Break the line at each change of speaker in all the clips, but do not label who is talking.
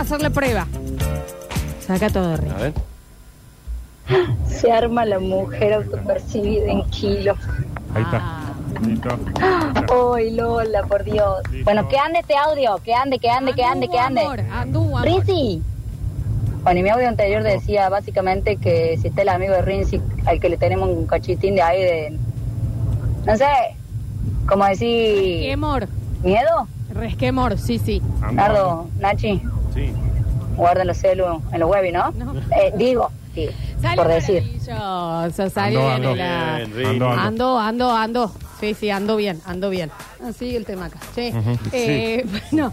hacer la prueba. Saca todo
A
arriba.
ver.
Se arma la mujer autopercibida en kilos.
Ahí está.
Ah,
Listo.
Ay, Lola, por Dios.
Listo.
Bueno, que ande este audio, que ande, que ande, que ande, que ande.
Anduvo, amor, anduvo, amor.
Rinzi. Bueno, y mi audio anterior decía básicamente que si está el amigo de Rinzi, al que le tenemos un cachitín de ahí de... No sé, como decir...
Resquemor.
¿Miedo?
Resquemor, sí, sí.
Ando, ando.
Nardo, Nachi,
Sí.
guarden los celu en los webis, ¿no?
No.
Eh, digo, digo,
Salió
por decir.
maravilloso, salió
Andó,
bien
andó.
en la-
Bien, Rini.
Ando,
Ando,
ando.
ando, ando. Sí, sí, ando bien, ando bien. Así el tema acá. Sí.
Ujú.
Eh, Bueno,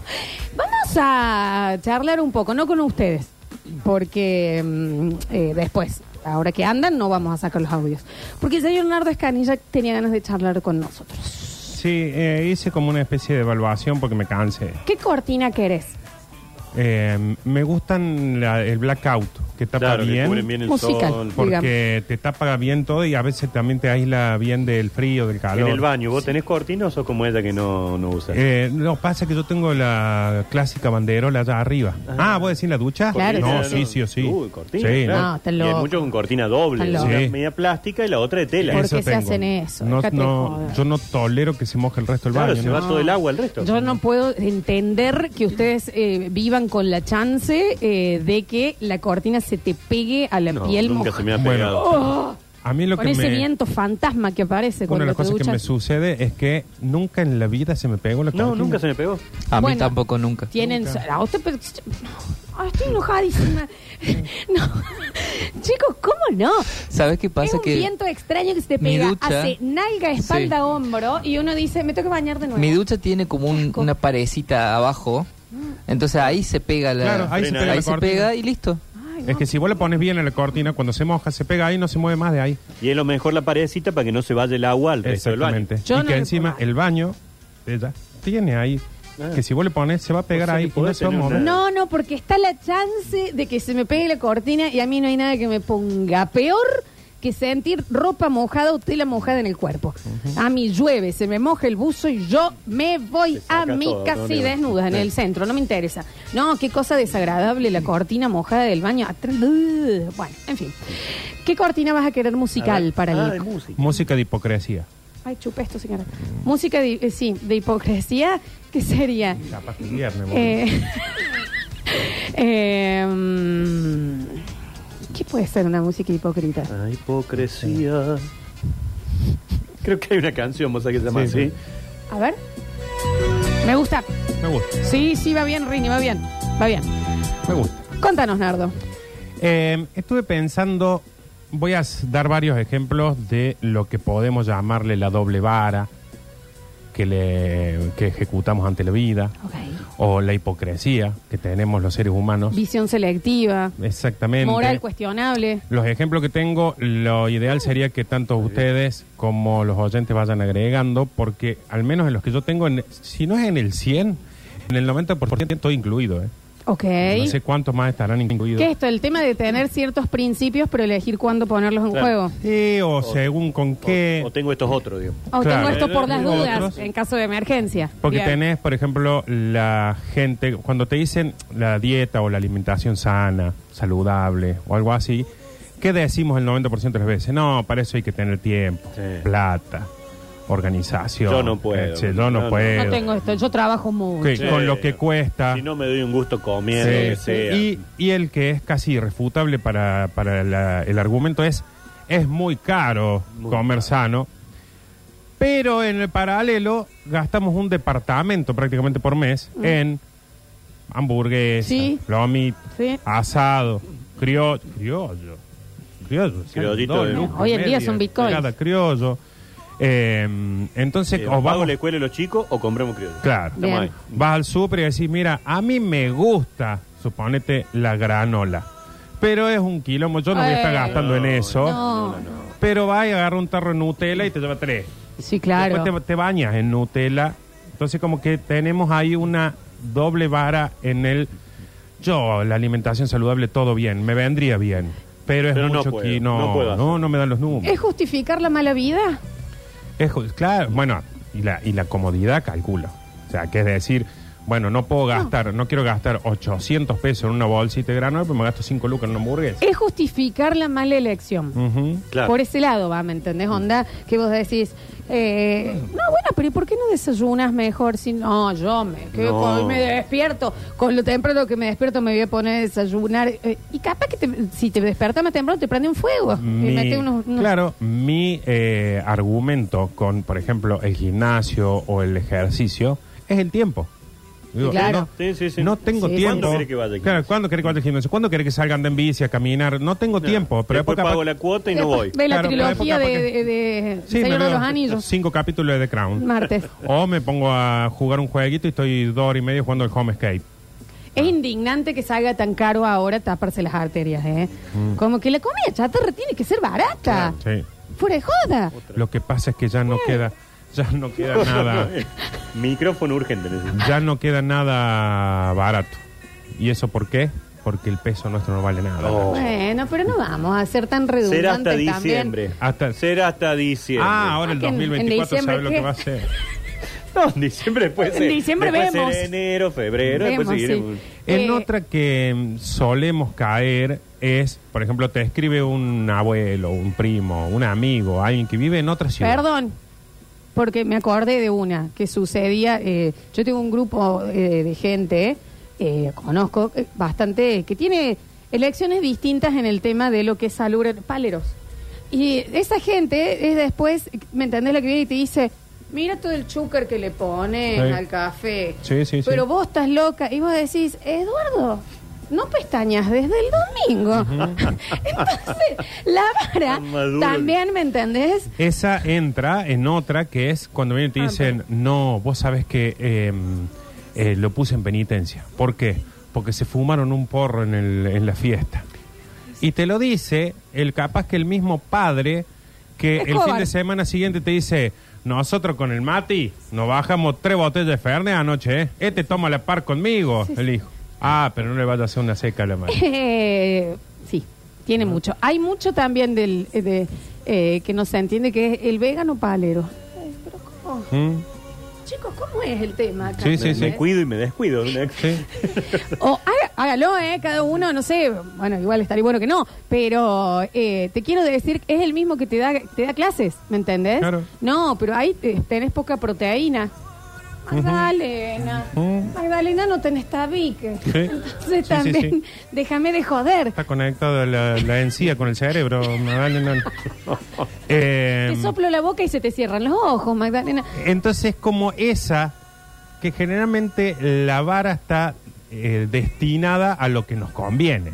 vamos a charlar un poco, no con ustedes, porque mm, eh, después, ahora que andan, no vamos a sacar los audios. Porque el señor Leonardo Escanilla tenía ganas de charlar con nosotros.
Sí, eh, hice como una especie de evaluación porque me cansé.
¿Qué cortina querés?
Eh, me gustan la- el blackout, que tapa
Claro, que
bien.
cubren bien el
Musical.
sol.
Por-
Porque te tapa bien todo y a veces también te aísla bien del frío, del calor.
En el baño, ¿vos tenés cortinos o como ella que no, no usa?
Eh, no, pasa que yo tengo la clásica banderola allá arriba. Ah, ¿vos decís la ducha?
Claro,
No,
claro.
sí, sí o sí.
Uy, cortina.
Sí,
claro.
No, está
Y hay
loco.
muchos con cortina doble.
Está loco.
Una
Sí.
media plástica y la otra de tela.
¿Por
eso
qué se hacen eso?
No,
Déjate
no,
joder.
yo no tolero que se moje el resto del
Claro,
baño.
se
¿no?
va todo el agua al resto.
Yo no puedo entender que ustedes eh, vivan con la chance eh, de que la cortina se te pegue a la
No,
piel
nunca
moja.
se me ha
Bueno,
pegado.
¡Oh!
A mí lo
Con
que
ese
me...
viento fantasma que aparece
Una
cuando
de las
te
cosas que
duchas.
me sucede es que nunca en la vida se me pegó la
no,
cortina.
nunca se me pegó.
A mí
Bueno.
tampoco nunca.
Tienen. A usted, pero- Ay, estoy enojadísima. No. Chicos, ¿cómo no?
¿Sabes qué
es
pasa?
un
que
viento extraño que se te
mi
pega.
ducha-
hace nalga, espalda,
Sí.
hombro. Y uno dice, me tengo que bañar de nuevo.
mi ducha tiene como un-
Asco.
una parecita abajo.
Mm.
Entonces ahí se pega la.
Claro, ahí
se pega la
ahí se
cortina.
pega y listo.
Ay, no.
Es que si vos le pones bien en la cortina, cuando se moja, se pega ahí y no se mueve más de ahí.
Y es lo mejor la paredcita para que no se vaya el agua al resto del baño.
Exactamente.
Yo
y
no
que
le
encima
puedo-
el baño ella tiene ahí.
Ah.
Que si vos le pones, se va a pegar
O sea,
ahí
que
y no
podés
se va a
tener
mover.
una-
No, no, porque está la chance de que se me pegue la cortina y a mí no hay nada que me ponga peor que sentir ropa mojada o tela mojada en el cuerpo. A mí llueve, se me moja el buzo y yo me voy
Te saca
a mi
todo, todo
casi
negro.
desnuda en
Sí.
el centro, no me interesa. No, qué cosa desagradable la cortina mojada del baño. Atrás, ugh. Bueno, en fin. ¿Qué cortina vas a querer
A
musical
ver.
para
Ah,
Nico?
de música.
Música de hipocresía.
Ay, chupé esto, señora. Música, de, eh, sí, de hipocresía, ¿qué sería?
Capaz que viernes, boludo.
Eh, eh, mm, ¿Qué puede ser una música hipócrita?
Ah, hipocresía. Creo que hay una canción, vos sabés que se llama
Sí, sí.
así.
A ver. Me gusta.
Me gusta,
Sí, sí, va bien, Rini, va bien. Va bien.
me gusta.
Contanos, Nardo.
Eh, estuve pensando, voy a s- dar varios ejemplos de lo que podemos llamarle la doble vara que, le, que ejecutamos ante la vida, o la hipocresía que tenemos los seres humanos.
Visión selectiva,
Exactamente.
moral pues. cuestionable.
Los ejemplos que tengo, lo ideal sería que tanto ustedes como los oyentes vayan agregando, porque al menos en los que yo tengo, en- si no es en el 100, en el 90% estoy incluido. ¿eh?
Ok.
No sé cuántos más estarán incluidos.
¿Qué es esto? El tema de tener ciertos principios, pero elegir cuándo ponerlos en
Claro.
juego.
Sí, o, según con qué.
O, o tengo estos otros, digo.
O
Claro.
Oh, tengo esto por las
Otros.
dudas, en caso de emergencia.
Porque
Bien.
tenés, por ejemplo, la gente, cuando te dicen la dieta o la alimentación sana, saludable o algo así, ¿qué decimos el 90% de las veces? No, para eso hay que tener tiempo,
Sí.
plata, organización.
Yo no puedo.
etcétera. yo no,
No, no.
puedo.
No tengo esto, yo trabajo mucho.
Que-
Sí.
Con lo que cuesta.
Si no me doy un gusto comiendo,
Sí,
que
sí.
sea. Eh,
Y, y el que es casi irrefutable para, para la- el argumento es, es muy caro
Muy
comer
caro.
sano, pero en el paralelo gastamos un departamento prácticamente por mes en hamburguesas,
Mm. Sí.
lomito,
Sí.
asado, criollo, criollo, criollo, o sea,
Criollito
dos
de-
lucas
Hoy en día
y media,
son bitcoins.
cada criollo. Eh, entonces,
Eh,
os
¿Pago
vamos,
la escuela a los chicos o compramos criollo?
claro,
Estamos
Bien.
ahí.
Vas al súper y decís, mira, a mí me gusta, suponete, la granola. Pero es un quilombo, yo no voy a estar
Eh,
gastando en eso.
No.
Pero va y agarra un tarro de Nutella y te lleva tres.
Sí, claro.
Después te, te bañas en Nutella. Entonces como que tenemos ahí una doble vara en el... Yo, la alimentación saludable, todo bien, me vendría bien. Pero es
Pero no
mucho
puedo,
qui- no,
no puedo hacer.
no, no me dan los números.
¿Es justificar la mala vida?
Es ju- claro, bueno, y la, y la comodidad calcula. O sea, que es decir, Bueno, no puedo gastar, no, quiero gastar 800 pesos en una bolsita de granola, pero me gasto 5 lucas en una hamburguesa.
Es justificar la mala elección.
Ujú.
Claro.
Por ese lado va, ¿me entendés? Onda, que vos decís, eh, no, bueno, pero ¿y por qué no desayunas mejor si no? Yo me, que
No.
hoy me despierto, con lo temprano que me despierto me voy a poner a desayunar. eh, y capaz que te- si te despertas más temprano te prende un fuego. y
Mi-
mete unos, unos-
Claro, mi eh, argumento con, por ejemplo, el gimnasio o el ejercicio es el tiempo.
Claro.
No,
Sí, sí, sí.
no tengo
Sí, sí.
tiempo.
¿Cuándo querés que vaya al
Claro,
gimnasio?
¿cuándo querés que vaya al gimnasio? ¿Cuándo querés que salgan de en bici a caminar? No tengo tiempo. Pero
Después
época-
pago la cuota y no
Después
voy.
Ve la
Claro, pero
trilogía
época
de,
porque-
de- de
Sí, me
Señor de
veo
los Anillos,
Cinco capítulos de The Crown.
martes.
O me pongo a jugar un jueguito y estoy dos horas y media jugando el home escape.
Es indignante que salga tan caro ahora taparse las arterias, ¿eh? Como que la comida chatarra tiene que ser barata.
Sí. Oh.
Fuera de joda.
Lo que pasa es que ya no queda, ya no queda nada,
Micrófono urgente. necesito.
ya no queda nada barato. ¿Y eso por qué? Porque el peso nuestro no vale nada.
Oh.
Bueno, pero no vamos a ser tan
Será hasta
redundantes
diciembre.
Hasta-
Será hasta diciembre.
Ah, ahora el
Ah, que en- en
2024 sabe
diciembre,
lo que
¿qué?
va a ser.
No, en diciembre puede
En
ser.
diciembre
Después
vemos.
será enero, febrero,
también.
después
Vemos, sí.
seguiremos.
En
Eh,
otra que mm, solemos caer es, por ejemplo, te escribe un abuelo, un primo, un amigo, alguien que vive en otra ciudad.
Perdón, porque me acordé de una que sucedía. eh, yo tengo un grupo eh, de gente, eh, conozco eh, bastante, que tiene elecciones distintas en el tema de lo que es salud, paleros. Y esa gente es después, ¿me entendés lo que viene y te dice? Mira todo el chúcar que le pones
Sí.
al café.
Sí, sí, sí.
Pero vos estás loca y vos decís, Eduardo, no pestañas desde el domingo. Entonces, la vara
Maduro.
también, ¿me entendés?
Esa entra en otra que es cuando vienen y te
Ah,
dicen, no, vos sabés que eh, eh, lo puse en penitencia. ¿Por qué? Porque se fumaron un porro en, el- en la fiesta. Y te lo dice el capaz que el mismo padre que
Es
el fin
cobarde.
de semana siguiente te dice, nosotros con el Mati nos bajamos tres botellas de Fernet anoche, ¿eh? Este toma la par conmigo, el hijo. Ah, pero no le vaya a hacer una seca a la madre.
Eh, sí, tiene
Ah.
mucho. Hay mucho también del eh, de, eh, que no se entiende que es el vegano palero. Ay, pero ¿cómo?
¿Mm?
Chicos, ¿cómo es el tema? acá?
Sí, sí,
Me,
sí.
me cuido y me descuido.
Sí.
O haga- hágalo, ¿eh? Cada uno, no sé, bueno, igual estaría bueno que no, pero eh, te quiero decir, es el mismo que te da, te da clases, ¿me entendés?
Claro.
No, pero ahí te- tenés poca proteína. Magdalena,
Ujú.
Magdalena no tenés tabique.
Sí. Sí, sí,
Entonces también,
sí.
déjame de joder.
Está conectado la, la encía con el cerebro, Magdalena. Eh,
Te soplo la boca y se te cierran los ojos, Magdalena.
entonces, como esa, que generalmente la vara está eh, destinada a lo que nos conviene.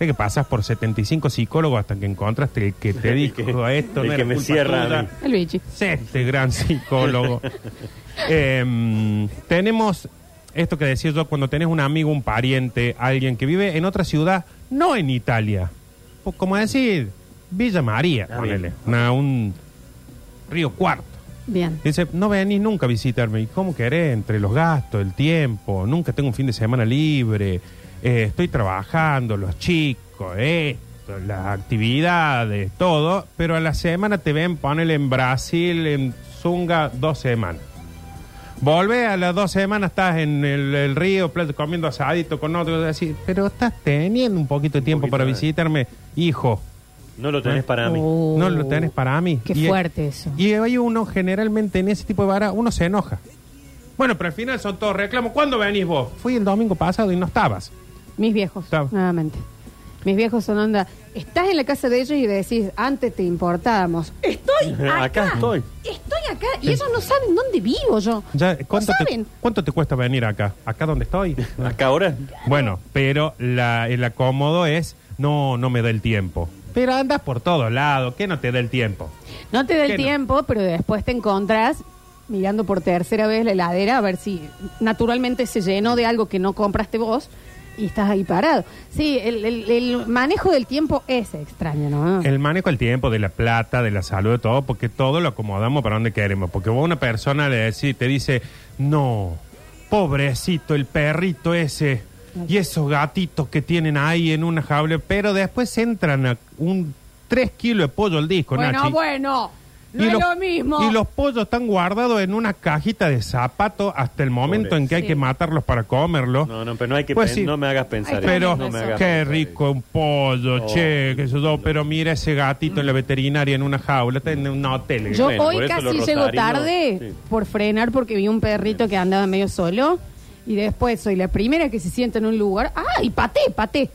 Es que pasas por 75 psicólogos hasta que encontraste el que te
El
dijo
que-
esto.
el
no
que
era
me
culpa
cierra a
tuya".
mí.
El bichi.
Sí, este gran psicólogo. Em, tenemos esto que decía yo, cuando tenés un amigo, un pariente, alguien que vive en otra ciudad, no en Italia. Pues, como decir, Villa María,
Ah,
ponele,
bien.
una- un río cuarto.
Bien.
Dice, no venís nunca a visitarme. ¿Y cómo querés? Entre los gastos, el tiempo, nunca tengo un fin de semana libre, eh, estoy trabajando, los chicos, esto, las actividades, todo. Pero a la semana te ven, ponele en Brasil, en Zunga, dos semanas. Volvés a las dos semanas, estás en el, el río, plato, comiendo asadito con otro, decir, pero estás teniendo un poquito de tiempo
poquito
para
de-
visitarme, hijo.
No lo tenés para mí.
Oh.
No lo tenés para mí.
Qué
Y-
fuerte eso.
Y hay uno, generalmente en ese tipo de vara, uno se enoja. Bueno, pero al final son todos reclamos. ¿Cuándo venís vos? Fui el domingo pasado y no estabas.
Mis viejos,
Está.
nuevamente. Mis viejos son onda. Estás en la casa de ellos y decís, antes te importábamos. Estoy acá.
Acá estoy.
Estoy acá. Y ellos no saben dónde vivo yo.
Ya,
No
¿cuánto, te,
saben.
cuánto te cuesta venir acá? ¿Acá donde estoy?
Acá ahora.
bueno, pero la- el acomodo es, no, no me da el tiempo. Pero andas por todos lados, que no te da el tiempo.
No te da el
¿Qué no?
tiempo, pero después te encontrás mirando por tercera vez la heladera a ver si naturalmente se llenó de algo que no compraste vos y estás ahí parado. Sí, el, el- el manejo del tiempo es extraño, ¿no?
El manejo del tiempo, de la plata, de la salud, de todo, porque todo lo acomodamos para donde queremos. Porque vos a una persona le decís, te dice, no, pobrecito el perrito ese y esos gatitos que tienen ahí en una jaula, pero después entran a un 3 kilos de pollo al disco,
bueno,
Nachi.
bueno. No es lo mismo.
y los pollos están guardados en una cajita de zapatos hasta el momento en que hay
Sí.
que matarlos para comerlos.
No, no, pero no hay que
Pues
pen-
sí.
no me hagas pensar eso,
Pero
no me hagas
qué
pensar
rico un pollo,
Oh.
che, qué sé yo, pero mira ese gatito en la veterinaria en una jaula, está en un hotel.
Yo
Bueno, por
hoy
eso
casi
los
llego
rosarinos,
tarde
sí.
por frenar porque vi un perrito que andaba medio solo y después soy la primera que se sienta en un lugar. ¡Ah! Y paté, paté.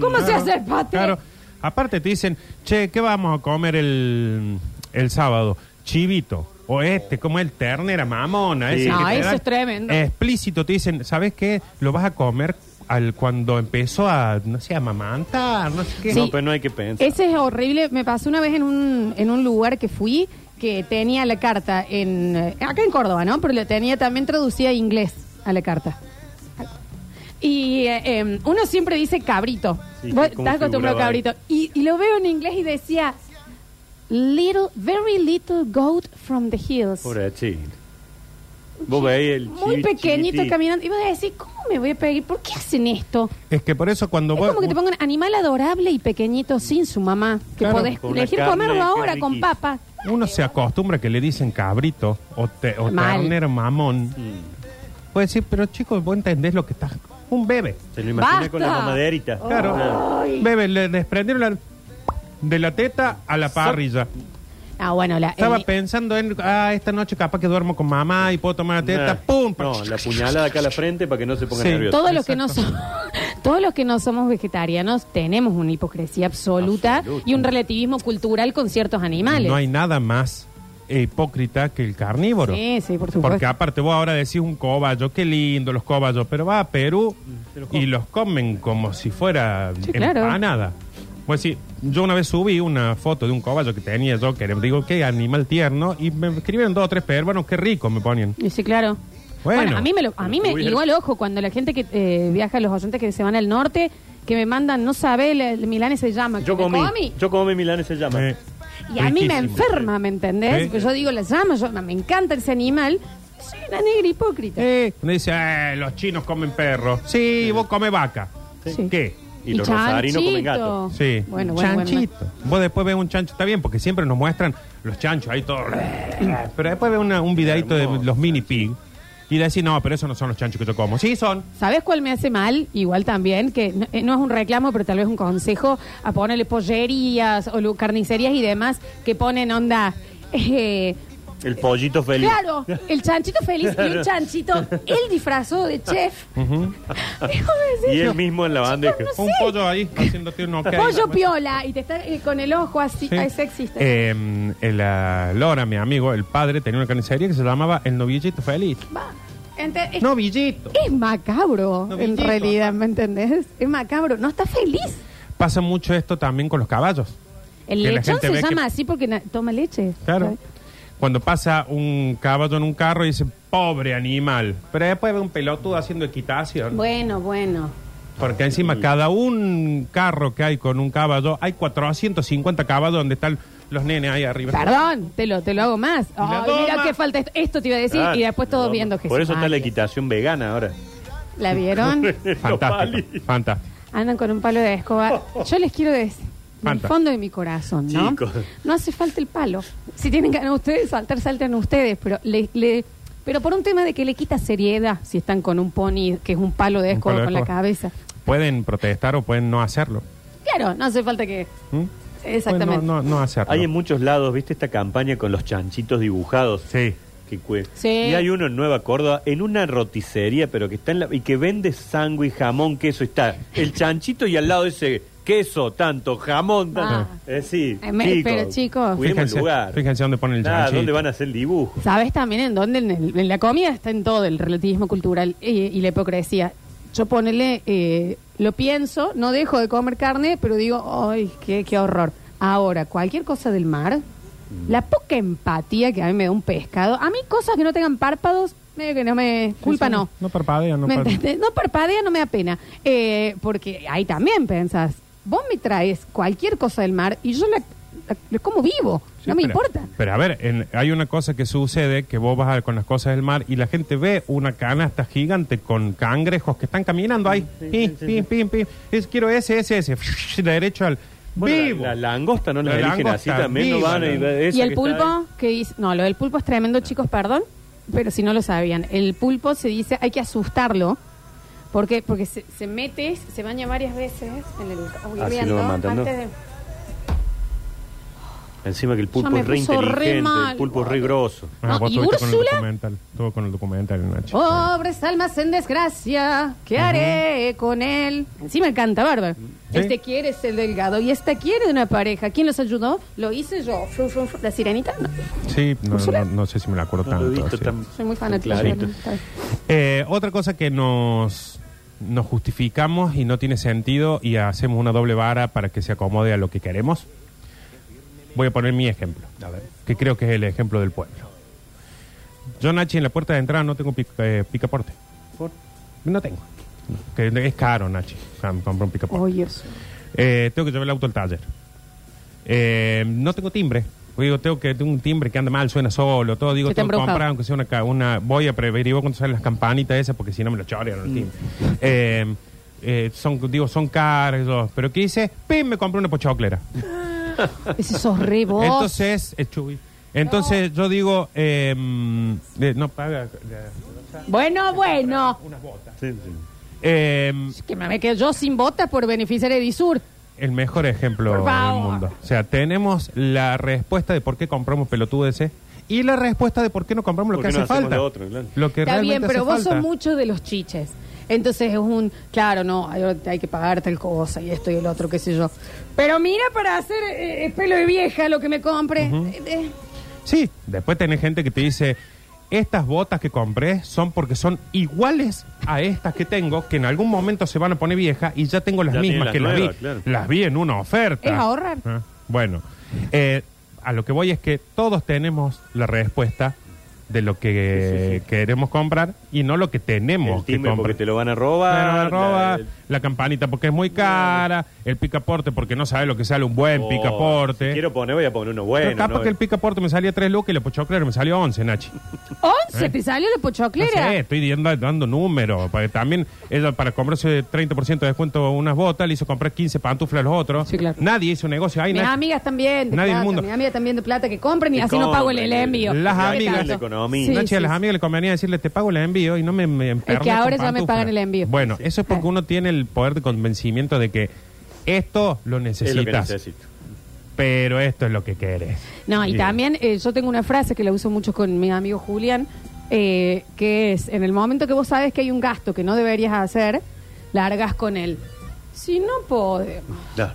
¿Cómo
Mm.
se hace el paté?
Claro. Aparte te dicen, che, ¿qué vamos a comer el, el sábado? Chivito. O este, como el ternera mamona.
Sí.
ese
No,
que te
Ah, eso
dan
es tremendo.
Explícito, te dicen, ¿sabes qué? Lo vas a comer al cuando empezó a, no sé, a mamantar, no sé qué.
eso. No,
Sí.
pero no hay que pensar.
Ese es horrible. Me pasó una vez en un, en un lugar que fui que tenía la carta en eh, acá en Córdoba, ¿no? Pero la tenía también traducida a inglés a la carta. Y eh, eh, uno siempre dice cabrito.
Sí,
Vos
¿cómo
estás acostumbrado a
figuraba ahí?
cabrito. Y, y lo veo en inglés y decía little, very little goat from the hills.
Pobrecito. Vos veis el
Muy
chibi
pequeñito
chiquitito.
caminando. Y vos decís, ¿cómo me voy a pedir? ¿Por qué hacen esto?
Es que por eso cuando
Es
vos-
como que te pongan animal adorable y pequeñito sin su mamá. Que
Claro,
podés
con una
elegir
carne
comerlo
que
ahora
es
con
riquísima.
papa.
uno se acostumbra que le dicen cabrito o, te, o
Mal.
ternera mamón,
Mm,
puede decir, pero chicos, vos entendés lo que estás... Un bebé.
Se lo imagina con la
Basta.
mamaderita.
Claro. Bebe, le desprendieron la- de la teta a la parrilla.
Ah, bueno, la,
Estaba
el-
pensando en, ah, esta noche capaz que duermo con mamá y puedo tomar la teta.
Nah.
¡Pum!
No, la puñalada acá a la frente para que no se ponga
Sí.
nervioso.
todos los que no son, todos los que no somos vegetarianos tenemos una hipocresía absoluta
Absoluta.
y un relativismo cultural con ciertos animales.
No hay nada más hipócrita que el carnívoro.
Sí, sí, por supuesto.
Porque aparte vos ahora decís un cobayo, qué lindo los cobayos, pero va a Perú
se los
y los comen como si fuera
Sí, claro.
empanada. Pues sí, yo una vez subí una foto de un cobayo que tenía yo, que le digo, qué animal tierno, y me escribieron dos o tres peruanos, qué rico me ponían.
Y sí, claro. Bueno,
Bueno.
a mí me, lo- a mí me
Hubiera-
igual ojo cuando la gente que eh, viaja, los oyentes que se van al norte, que me mandan, no sabe, la- el milanes se llama.
Yo
que me
comí, yo comí milanes se llama.
Eh,
Y a mí me
riquísimo.
enferma, ¿me entendés?
Sí.
Porque yo digo, la llama, yo, me encanta ese animal. Soy una negra hipócrita.
Eh, uno dice, "Eh, los chinos comen perro. Sí, vos come vaca.
Sí.
¿Qué?
Y los rosarinos
chanchito.
comen gato.
Sí.
Bueno, bueno, bueno.
Chanchito. Vos después ves un chancho, está bien, porque siempre nos muestran los chanchos ahí todo. Pero después ves una- un videito de los mini pig y decís, no, pero esos no son los chanchos que yo como. Sí, son.
¿Sabes cuál me hace mal? Igual también, que no, eh, no es un reclamo, pero tal vez un consejo a ponerle pollerías o lu- carnicerías y demás que ponen onda. eh,
El pollito feliz.
claro, el chanchito feliz y un chanchito, el disfrazado de chef. Déjame
Y
decirlo.
él mismo en la bandeja.
Chicos,
Un pollo ahí haciéndote un ok.
Pollo piola y te está eh, con el ojo así,
Sí.
ah, ese existe.
Eh, el, ah, Lora, mi amigo, el padre, tenía una carnicería que se llamaba El Novillito Feliz.
Va, ente- es,
Novillito.
es macabro,
No,
en
billito.
realidad, ¿me entendés? Es macabro, no está feliz.
Pasa mucho esto también con los caballos.
El
Que la
lechón
gente
se
ve que-
llama así porque na- toma leche.
Claro.
¿sabes?
Cuando pasa un caballo en un carro y dice, pobre animal. Pero después ve un pelotudo haciendo equitación.
Bueno, bueno.
Porque
Mm.
encima cada un carro que hay con un caballo, hay 450 caballos donde están los nenes ahí arriba.
Perdón, te lo, te lo hago más.
La
Ay, mira
doma.
qué falta esto. Esto te iba a decir
Ah,
y después todos
no,
viendo que
Por
sí.
eso está la
Ay,
equitación vegana ahora.
¿La vieron?
Fantástico, fantástico.
Andan con un palo de escoba. Yo les quiero decir, del
Fanta.
fondo de mi corazón, ¿no?
Chicos.
No hace falta el palo. Si tienen ganas ustedes de saltar, salten ustedes, pero le, le- pero por un tema de que le quita seriedad si están con un pony que es un palo de
Un
escoba
palo de
con la
escoba.
cabeza.
Pueden protestar o pueden no hacerlo.
Claro, no hace falta que
¿Mm?
exactamente.
Pueden no, no, no hacerlo.
Hay en muchos lados, ¿viste esta campaña con los chanchitos dibujados?
Sí.
Que cue-
Sí.
Y hay uno en Nueva Córdoba, en una roticería, pero que está en la, y que vende sándwich, jamón, queso. Está el chanchito y al lado ese queso, tanto, jamón, tanto.
Ah.
Es decir,
Eh, me- pero, chicos.
cuidemos el
Fíjense-
lugar.
fíjense dónde ponen el
Ah,
chanchito.
¿Dónde van a hacer el dibujo?
¿Sabes también en dónde? En, el- en la comida está en todo el relativismo cultural eh, y, la hipocresía. Yo ponele, eh, lo pienso, no dejo de comer carne, pero digo, ¡ay, qué, qué horror! Ahora, cualquier cosa del mar,
Mm.
la poca empatía que a mí me da un pescado, a mí cosas que no tengan párpados, medio que no me. culpa
Sí, sí,
no.
No parpadean, no
¿Me
parpadean.
entendés? No parpadea, no me da pena. Eh, porque ahí también pensás, vos me traes cualquier cosa del mar y yo la, la- la como vivo,
Sí,
no me
pero-
importa.
Pero a ver, en- hay una cosa que sucede, que vos vas a- con las cosas del mar y la gente ve una canasta gigante con cangrejos que están caminando ahí. pim, pim, pim, pim. Es, quiero ese, ese, ese. Derecho al...
Bueno,
Vivo.
La, la langosta no las
La
eligen
langosta
así también, no
viva,
van a ir
la-
a esa
¿Y el
que está
pulpo?
ahí.
que dice? No, lo del pulpo es tremendo, chicos, perdón, pero si no lo sabían. El pulpo se dice, hay que asustarlo, porque porque se, se mete, se baña varias veces en el
Así Ah, lo va matando. Encima que el
Ya
pulpo
me
es re
puso re
inteligente,
mal,
el pulpo es re
gordo.
grosso.
No,
vos
Ah, ¿y
estuviste Ah, con el
Úrsula? Oh.
documental. Estuvo con el documental, Nacho.
Pobres almas en desgracia, ¿qué haré con él? Encima canta Bárbara.
Sí.
Este quiere ser delgado y esta quiere una pareja. ¿Quién los ayudó? Lo hice yo. Fru, fru, fru. La sirenita, no.
Sí, no,
¿Úrsula?
no- no sé si me la acuerdo
No
tanto.
lo he visto
sí.
tan-
Soy muy fanática.
Clarito.
bueno, está bien.
Eh, otra cosa que nos, nos justificamos y no tiene sentido y hacemos una doble vara para que se acomode a lo que queremos. Voy a poner mi ejemplo, que creo que es el ejemplo del pueblo. Yo, Nachi, en la puerta de entrada no tengo pic- eh, picaporte.
¿Por?
No tengo. Que es caro, Nachi, cam- comprar un picaporte.
Oye, eso.
Eh, tengo que llevar el auto al taller. Eh, no tengo timbre. Digo, tengo que tengo un timbre que anda mal, suena solo, todo. Digo,
Se te
tengo que
embruja.
comprar, aunque sea una, ca- una. Voy a averiguar cuando salen las campanitas esas, porque si no me lo chorean
Mm.
el timbre. Eh, eh, son, digo, son caros, pero ¿qué hice? ¡Pim! Me compré una pochoclera.
Ese sos re vos.
Entonces, eh, chuy. Entonces, yo digo, eh, mm, eh, no paga. eh,
bueno, bueno.
Sí, sí.
eh,
Que me quedo yo sin botas por beneficiar a Edisur.
El mejor ejemplo
Por
del
favor.
mundo. O sea, tenemos la respuesta de por qué compramos pelotudeces y la respuesta de por qué no compramos lo
¿Por
que
qué no
hace
hacemos
falta.
lo otro, claro?
Lo que
Está bien,
realmente
pero
hace
vos
falta.
sos mucho de los chiches. Entonces es un, claro, no, ahora te hay que pagar tal cosa y esto y el otro, qué sé yo. Pero mira para hacer eh, eh, pelo de vieja lo que me compre. Eh, eh.
Sí, después tenés gente que te dice, estas botas que compré son porque son iguales a estas que tengo, que en algún momento se van a poner viejas y ya tengo las
Ya tiene
mismas
las
que las
nuevas,
vi.
claro.
Las vi en una oferta.
Es ahorrar.
Ah, Bueno, eh, a lo que voy es que todos tenemos la respuesta de lo que queremos comprar y no lo que tenemos
El timbre
que
porque
comprar.
te lo van a
Claro,
robar.
la roba,
la-
la campanita porque es muy cara, el picaporte porque no sabe lo que sale un buen
Oh,
picaporte.
si quiero poner, voy a poner uno
Pero
bueno.
capaz
¿no?
que el picaporte me salía 3 lucas y la pochoclera me salió 11, Nachi.
Once, te salió la
Eh. No
pochoclera.
sé, estoy dando, dando números. Porque también ella para comprarse 30% de descuento unas botas le hizo comprar 15 pantuflas a los otros.
Sí, claro.
Nadie hizo negocio ahí.
mis
Nachi.
amigas también de
Nadie del
plata,
mundo.
mis amigas también de plata que compren y
Que
así no pago el, E el
compren, eh,
envío.
las
¿Qué
amigas.
tanto?
La
economía.
Sí,
Nachi, a
sí,
las
sí.
amigas le convenía decirle, te pago el envío y no me, me enfermo
que
con
ahora ya me
pantuflas".
pagan el envío.
Bueno,
Sí.
eso es porque
Ah.
uno tiene el poder de convencimiento de que esto lo
Es
necesitas,
lo que necesito.
pero esto es lo que querés.
No, y
Sí.
también eh, yo tengo una frase que la uso mucho con mi amigo Julián, eh, que es, en el momento que vos sabes que hay un gasto que no deberías hacer, largas con él. Si no podemos.
Da.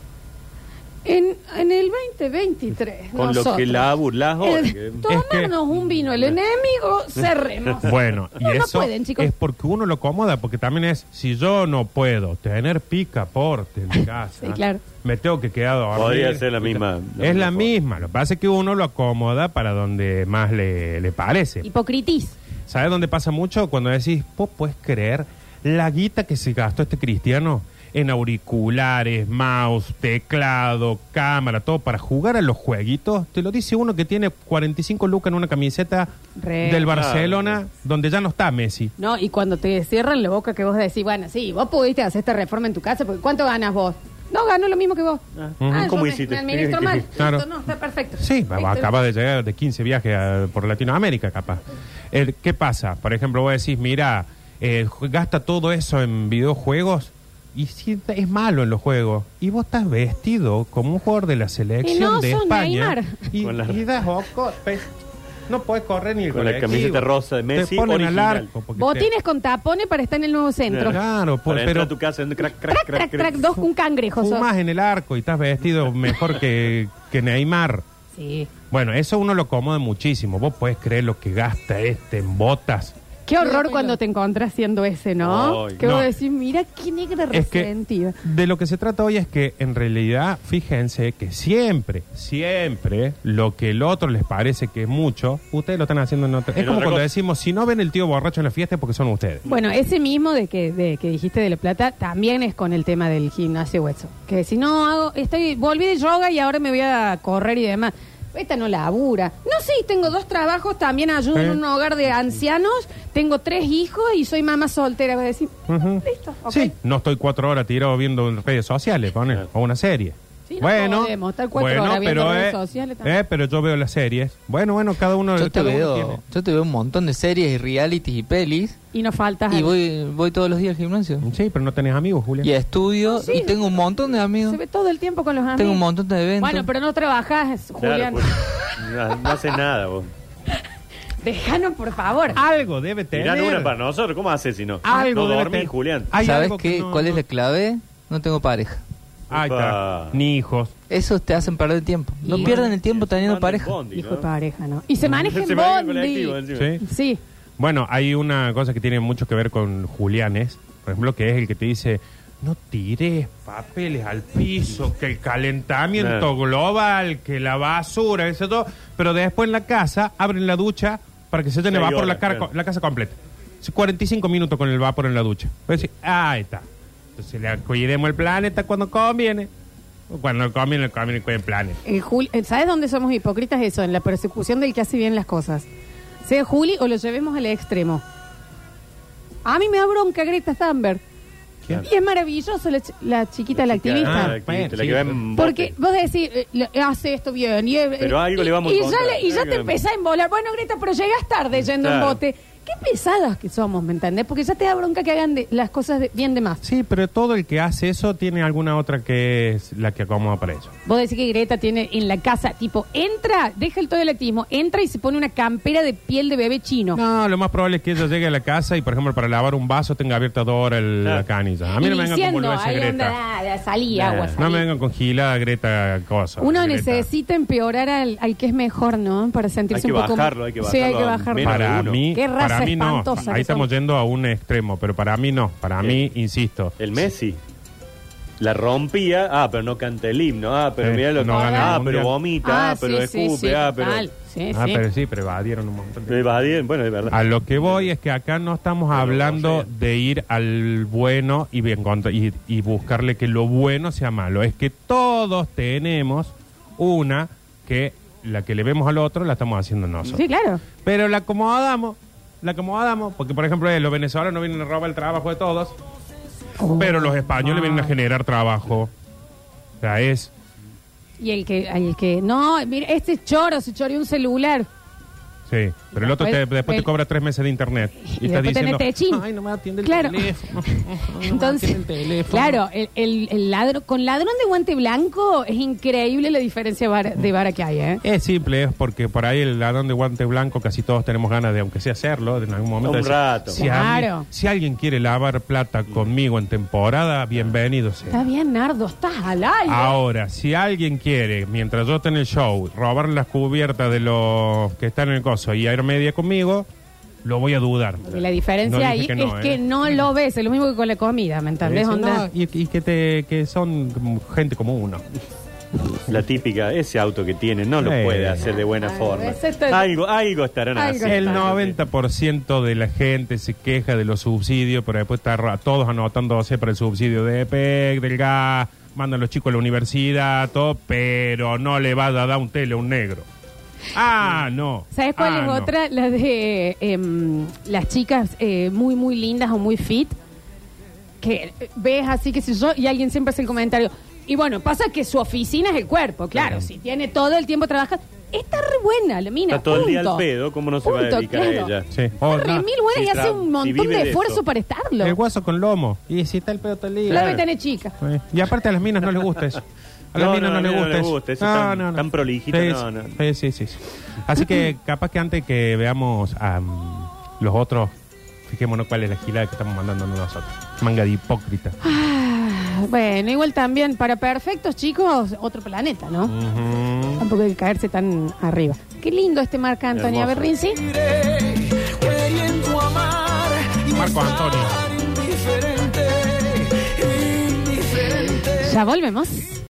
En, en el 2023.
Con lo
nosotros,
que labur, las horas.
eh,
que-
tomarnos
Es que-
un vino, el enemigo, cerremos.
Bueno,
No,
y
no
eso
pueden, chicos.
es porque uno lo acomoda, porque también es, si yo no puedo tener picaporte en mi casa,
Sí, claro.
me tengo que quedar dormido.
Podría ser la misma- la
es
misma
la
forma.
misma, lo que pasa es que uno lo acomoda para donde más le, le parece.
Hipocritis.
¿Sabes dónde pasa mucho? Cuando decís, vos puedes creer la guita que se gastó este cristiano en auriculares, mouse, teclado, cámara, todo para jugar a los jueguitos. Te lo dice uno que tiene 45 lucas en una camiseta
Re.
del
Claro.
Barcelona, donde ya no está Messi.
No, y cuando te cierran la boca que vos decís, bueno, sí, vos pudiste hacer esta reforma en tu casa, porque ¿cuánto ganas vos? No, gano lo mismo que vos.
Ah.
Ah, yo
¿Cómo
me-
hiciste?
Me, administro mal.
Claro.
Esto no, está perfecto.
Sí,
Esto-
acaba de llegar de 15 viajes a- por Latinoamérica, capaz. El- ¿Qué pasa? Por ejemplo, vos decís, mira, eh, ju- gasta todo eso en videojuegos y si es malo en los juegos. Y vos estás vestido como un jugador de la selección
Y no
de
sos
España.
Neymar.
Y,
Con la-
y das oco- pe- no podés correr ni el
Con la
colectivo.
camiseta rosa de Messi
Te ponen
original.
al arco. porque te-
Botines con tapones para estar en el nuevo centro.
Claro. pues,
Para
pero-
entrar a tu casa, en crack, crack,
Crac,
crack,
crac,
crack.
crac, dos, un cangrejo. sos.
Fumás en el arco y estás vestido mejor que, que Neymar.
Sí.
Bueno, eso uno lo acomoda muchísimo. Vos podés creer lo que gasta este en botas.
Qué horror cuando te encontrás siendo ese, ¿no?
Ay,
que
no.
vos decís, mira qué negra
Es que
resentida.
de lo que se trata hoy es que en realidad, fíjense que siempre, siempre lo que el otro les parece que es mucho, ustedes lo están haciendo en otro.
En
Es como
otra
cuando
cosa.
decimos, si no ven el tío borracho en la fiesta es porque son ustedes.
Bueno, ese mismo de que, de que dijiste de La Plata también es con el tema del gimnasio hueso. Que si no hago, estoy, volví de yoga y ahora me voy a correr y demás. Esta no labura. No, sí, tengo dos trabajos, también ayudo en
Sí.
un hogar de ancianos, tengo tres hijos y soy mamá soltera. Voy a decir,
Ujú.
listo, ok.
Sí, no estoy cuatro horas tirado viendo en redes sociales, pone, o una serie.
Sí, no
bueno,
podemos estar cuatro
bueno,
horas viendo
pero,
redes
eh,
sociales también.
eh, pero yo veo las series. Bueno, bueno, cada uno
Yo te
cada uno
veo,
tiene.
yo te veo un montón de series y realities y pelis
Y nos faltas.
y
algo.
voy, voy todos los días al gimnasio.
Sí, pero no tenés amigos, Julia.
Y estudio
Sí.
y tengo un montón de amigos.
Se ve todo el tiempo con los amigos.
Tengo un montón de eventos.
Bueno, pero no trabajas, Julián.
Claro, Juli. no, no hace nada vos.
Dejanos, por favor.
Algo debe tener.
Tirad una para nosotros, ¿cómo haces si no?
Algo
no
debe
dormís,
tener.
Julián.
Hay
¿Sabes
algo que
qué?
no-
¿Cuál es
no-
la clave? No tengo pareja.
Ahí está.
Upa.
Ni hijos.
Esos te hacen perder el tiempo. No
Y-
pierdan el
Se
tiempo
manda
teniendo
en
pareja.
bondi,
Hijo
¿no?
de pareja, ¿no? Y se maneja
Se
en
maneja en
bondi.
colectivo, encima.
Sí.
Sí.
Bueno, hay una cosa que tiene mucho que ver con Julianes, por ejemplo, que es el que te dice, no tires papeles al piso, que el calentamiento
Claro.
global, que la basura, eso todo, pero después en la casa abren la ducha para que se echen el
Seis
vapor la,
horas,
cara-
claro.
la casa completa. Es 45 minutos con el vapor en la ducha. Pues sí, ahí está. Entonces le cuidemos el planeta cuando conviene. O Cuando no conviene, no conviene cuiden el planeta.
Eh, Juli- eh, ¿Sabes dónde somos hipócritas? Eso, en la persecución del que hace bien las cosas. Sea Juli o lo llevemos al extremo. A mí me da bronca Greta Thunberg.
¿Quién?
Y es maravilloso la, ch- la chiquita, la activista.
Ah, la activista, la
Sí,
que va
pero-
en bote.
Porque vos decís, eh, le- hace esto bien. Y, eh,
Pero algo
y-
le vamos a
y ya,
encontrar,
le- y ya
algo
te
le-
empezás a embolar. Bueno, Greta, pero llegas tarde yendo en
Claro.
bote. Qué pesadas que somos, ¿me entendés? Porque ya te da bronca que hagan de- las cosas de- bien de más.
Sí, pero todo el que hace eso tiene alguna otra que es la que acomoda para ellos.
Vos decís que Greta tiene en la casa, tipo, entra, deja el todo el activismo, entra y se pone una campera de piel de bebé chino.
No, lo más probable es que ella llegue a la casa y, por ejemplo, para lavar un vaso tenga abierta dos horas el-
Claro.
la canilla. A mí
Y
no me vengan con
diciendo,
boludeces,
ahí
Greta.
anda, ah, salí, agua, salí.
No me vengan con gila, Greta, cosa.
Uno
Greta.
necesita empeorar al, al que es mejor, ¿no? Para sentirse
Hay que
un poco...
bajarlo, hay que
Sí, hay que
bajarlo a
bajarlo.
menos
Para
uno.
mí,
Qué raza
para mí no.
espantosa que
Ahí estamos
somos.
yendo a un extremo, pero para mí no. Para mí, insisto.
El Messi. La rompía, ah, pero no canta el himno, ah, pero
Sí,
mira lo
Eh, no
que
gana
ah,
el
pero
mundial.
vomita, ah, pero
sí, sí,
escupe,
sí,
ah, eh, pero.
total. Sí,
Ah,
sí.
pero sí, pero evadieron un montón de-
Le va bien, bueno, es
A
verdad.
lo que voy es que acá no estamos hablando
no sé.
de ir al bueno y, bien contra- y, y buscarle que lo bueno sea malo. Es que todos tenemos una que la que le vemos al otro la estamos haciendo nosotros.
Sí, claro.
Pero la acomodamos, la acomodamos, porque por ejemplo eh, los venezolanos vienen a robar el trabajo de todos,
Oh.
Oh. pero los españoles
Ah.
vienen a generar trabajo. O sea, es...
Y el que, el que, no, mira, este choro se choreó un celular.
Sí, pero el otro te-
Después-
después te
el-
cobra tres meses de internet.
Y
Y, está
después tenés
diciendo,
techín.
ay, no me atiende el
Claro.
teléfono.
Entonces, claro, el, el, el ladrón, con ladrón de guante blanco es increíble la diferencia vara- de vara que hay, ¿eh?
Es simple, es porque por ahí el ladrón de guante blanco casi todos tenemos ganas de, aunque sea hacerlo, en algún momento.
Un
decir,
rato.
Si, a mí-
Claro.
si alguien quiere lavar plata conmigo en temporada, bienvenido sea.
Está bien, Nardo, estás al aire.
Ahora, si alguien quiere, mientras yo esté en el show, robar las cubiertas de los que están en el coso y ir media conmigo, lo voy a dudar.
Porque la diferencia
No dije
ahí
que no,
es
¿eh?
que no lo ves, es lo mismo que con la comida, ¿me entendés?
Sí,
Onda?
no, y, y que, te, que son como gente como uno.
La típica, ese auto que tiene, no lo
Sí.
puede hacer de buena
Ay,
forma.
ese está-
Algo, algo estarán
Algo
haciendo.
El 90% de la gente se queja de los subsidios, pero después está ra- todos anotándose para el subsidio de EPEC, del gas, mandan los chicos a la universidad, todo, pero no le va a dar un tele a un negro. Ah, no.
¿Sabes cuál
Ah,
es
no.
otra? La de em, las chicas eh, muy, muy lindas o muy fit. Que eh, ves así, que si yo, y alguien siempre hace el comentario. Y bueno, pasa que su oficina es el cuerpo, claro. Si tiene todo el tiempo trabajando. Está re buena la mina.
Está todo el día
punto.
al pedo, ¿cómo no se va a
Punto,
dedicar a
claro.
ella?
Sí.
Está
Oh,
re
no.
mil buena y
Si
hace
tra-
un
si
montón
vive
de
de
esfuerzo
eso.
para estarlo.
El guaso con lomo. Y si está el pedo todo
La
libre.
ve tan chica.
Sí. Y aparte a las minas no les gusta eso. A las
No,
minas
no,
no,
a
les
mí no
gusta
les
eso.
gusta eso, tan- tan prolijito, no, no.
Sí, sí, sí, sí. Así que capaz que antes que veamos a mm, los otros, fijémonos cuál es la gilada que estamos mandando nosotros. Manga de hipócrita.
Ah, Bueno, igual también, para perfectos chicos, otro planeta, ¿no?
Mm.
Ujú.
Tampoco hay que caerse tan arriba. Qué lindo este Marc Anthony. A ver,
Hermoso.
Rinzi.
queriendo amar y no
Marco Antonio.
estar indiferente, indiferente.
Ya volvemos.